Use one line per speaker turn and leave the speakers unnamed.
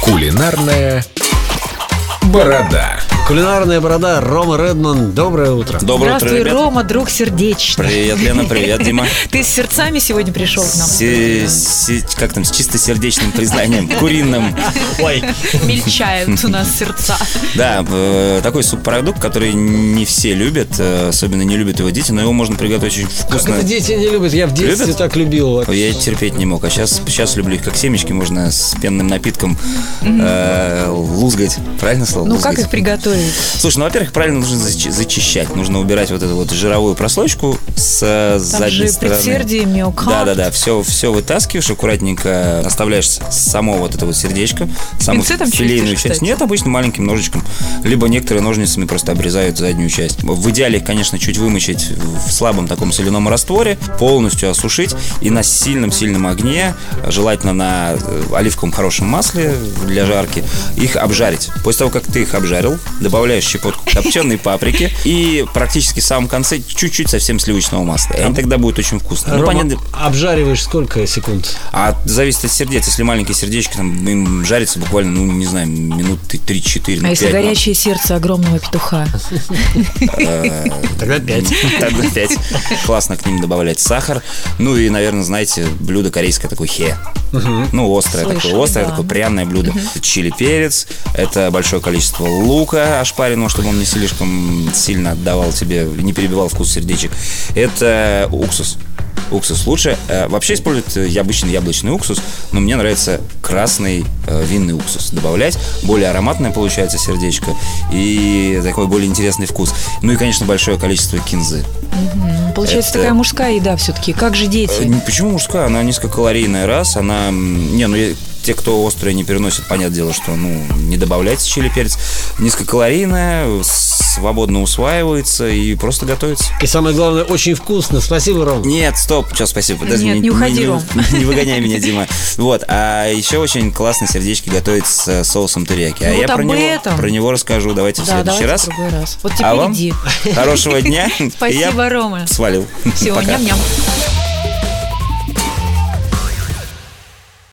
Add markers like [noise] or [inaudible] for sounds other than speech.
Кулинарная борода.
Кулинарная борода, Рома Редман, доброе утро.
Доброе утро,
Здравствуй,
ребят.
Рома, друг сердечный.
Привет, Лена, привет,
[laughs]
Дима.
Ты с сердцами сегодня пришел к нам?
Се- се- как там, с чистосердечным признанием, куриным. Ой.
Мельчают у нас сердца.
Да, э, такой субпродукт, который не все любят, э, особенно не любят его дети, но его можно приготовить очень
Как это
вкусно.
дети не любят? Я в детстве
Любят?
так любил. вот.
Я это терпеть не мог, а сейчас, сейчас люблю их как семечки, можно с пенным напитком э, лузгать. Правильно слово?
Ну, как
Лузгать.
их приготовить?
Слушай, ну, во-первых, правильно нужно зач- зачищать. Нужно убирать вот эту вот жировую прослойку с э,
Там
задней
же
стороны.
предсердие, миокард.
Да, да, да, все, все вытаскиваешь, аккуратненько оставляешь само вот это вот сердечко, саму
Пинцетом
филейную
чистишь,
часть.
кстати?
Нет, обычно маленьким ножичком. Либо некоторые ножницами просто обрезают заднюю часть. В идеале, конечно, чуть вымочить в слабом таком соляном растворе, полностью осушить и на сильном-сильном огне, желательно на э, оливковом хорошем масле для жарки, их обжарить. После того, как ты их обжарил, добавляешь щепотку копченой паприки и практически в самом конце чуть-чуть совсем сливочного масла. И они тогда будут очень вкусно. Ну,
Рома,
понятно,
обжариваешь сколько секунд?
а зависит от сердец. Если маленькие сердечки, там им жарится буквально, ну, не знаю, минуты 3-4. ну,
А если
пять, ну,
горячее сердце огромного петуха?
Тогда пять.
Тогда 5. Классно к ним добавлять сахар. Ну и, наверное, знаете, блюдо корейское такое хе. Ну, острое
Слышала,
такое, острое,
да.
такое пряное блюдо. Чили-перец, это большое количество лука ошпаренного, чтобы он не слишком сильно отдавал тебе, не перебивал вкус сердечек. Это уксус. Уксус лучше. Э, Вообще используют э, я обычно яблочный уксус, но мне нравится красный э, винный уксус добавлять. Более ароматное получается сердечко и такой более интересный вкус. Ну и, конечно, большое количество кинзы.
Ну, Получается,
Это-
такая мужская еда все-таки. Как же
Э,
дети?
не- Почему мужская? Она низкокалорийная, раз, она... м, Не, ну, я- те, кто острые не переносит, понятное дело, что, ну, не добавляйте чили перец. Низкокалорийная, свободно усваивается и просто готовится.
И самое главное, очень вкусно. Спасибо, Ром.
Нет, стоп, сейчас спасибо. Подожди,
Нет, не уходи,
не,
Ром.
не выгоняй меня, Дима. Вот, а еще очень классно сердечки готовят с э, соусом терияки. А
Ну
я
вот
про
об
него,
этом.
про него расскажу. Давайте в
Да,
следующий
давайте
раз.
в другой раз. Вот
а
теперь
вам
иди. [laughs]
хорошего дня. И я
Спасибо, Рома.
Свалил.
Все,
Пока.
ням-ням.